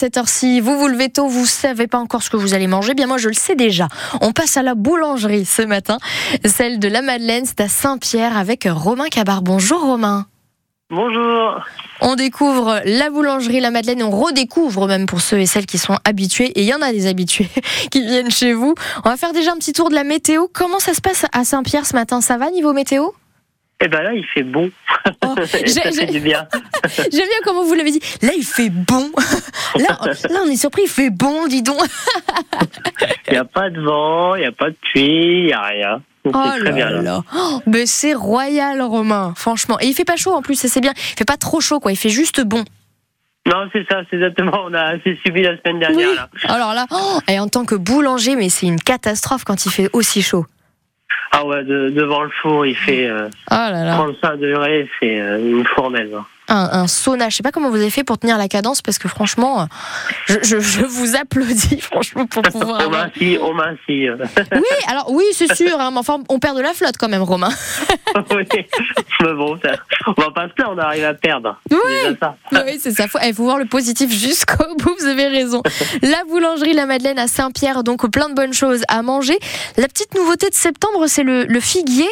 cette heure-ci, vous vous levez tôt, vous savez pas encore ce que vous allez manger. Bien moi, je le sais déjà. On passe à la boulangerie ce matin, celle de la Madeleine, c'est à Saint-Pierre avec Romain Cabar. Bonjour Romain. Bonjour. On découvre la boulangerie La Madeleine, on redécouvre même pour ceux et celles qui sont habitués, et il y en a des habitués qui viennent chez vous. On va faire déjà un petit tour de la météo. Comment ça se passe à Saint-Pierre ce matin Ça va niveau météo Eh ben là, il fait bon. Oh, Et j'ai- ça j'ai- fait du bien. J'aime bien comment vous l'avez dit. Là, il fait bon. Là, là, on est surpris, il fait bon, dis donc. Il n'y a pas de vent, il n'y a pas de pluie, il n'y a rien. Donc, Oh c'est là très bien. là. là. Oh, mais c'est royal, Romain, franchement. Et il fait pas chaud en plus, et c'est bien. Il fait pas trop chaud, quoi. Il fait juste bon. Non, c'est ça, c'est exactement. On a assez subi la semaine dernière. Oui. Là. Alors là, oh, et en tant que boulanger, mais c'est une catastrophe quand il fait aussi chaud. Ah ouais, de- devant le four, il fait euh, Oh là là. 35 degrés, c'est euh, une fournaise. hein. Un, un sauna. Je sais pas comment vous avez fait pour tenir la cadence, parce que franchement, euh, je, je- je vous applaudis, franchement, pour pouvoir. On avoir- mincie, on mincie. euh. Oui, alors oui, c'est sûr, hein, mais enfin, on perd de la flotte quand même, Romain. Oui. Mais bon, ça, on va pas se plaindre, on arrive à perdre. Oui. C'est déjà ça. Mais Oui, c'est ça. Il faut, eh, faut voir le positif jusqu'au bout, vous avez raison. La boulangerie La Madeleine à Saint-Pierre, donc plein de bonnes choses à manger. La petite nouveauté de septembre, c'est le, le figuier.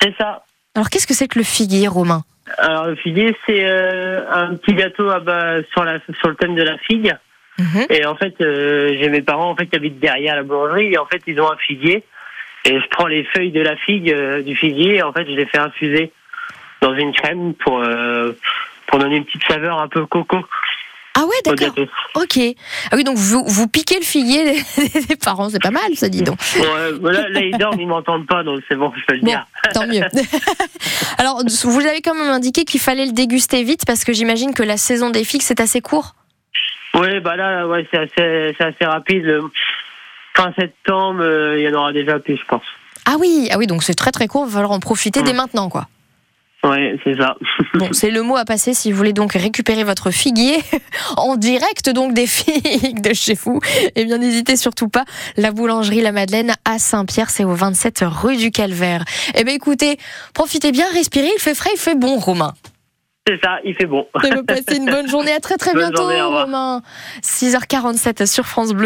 C'est ça. Alors, qu'est-ce que c'est que le figuier, Romain Alors, le figuier, c'est euh, un petit gâteau à base- sur, la, sur le thème de la figue. Mhm. Et en fait, euh, j'ai mes parents en fait qui habitent derrière la boulangerie et en fait ils ont un figuier et je prends les feuilles de la figue euh, du figuier et en fait je les fais infuser dans une crème pour euh, pour donner une petite saveur un peu coco Ah ouais, au d'accord. gâteau. Ok. Ah oui, donc vous, vous piquez le figuier des, des parents, c'est pas mal, ça, dis donc. Ouais, voilà, euh, là ils dorment, ils m'entendent pas donc c'est bon, je peux le Bon. dire. Tant mieux. Alors, vous avez quand même indiqué qu'il fallait le déguster vite parce que j'imagine que la saison des figues, c'est assez court. Ouais, bah là ouais, c'est assez c'est assez rapide. Le Fin septembre, euh, il y en aura déjà plus, je pense. Ah oui, ah oui, donc c'est très très court, il va falloir en profiter dès Mm. maintenant, quoi. Ouais, c'est ça. Bon, c'est le mot à passer si vous voulez donc récupérer votre figuier en direct donc des figues de chez vous. Eh bien, n'hésitez surtout pas. La boulangerie La Madeleine à Saint-Pierre, c'est au 27 rue du Calvaire. Eh bien, écoutez, profitez bien, respirez, il fait frais, il fait bon, Romain. C'est ça, il fait bon. Et vous passez une bonne journée. À très très Bonne bientôt, journée, au revoir. Romain. 6h47 sur France Bleu.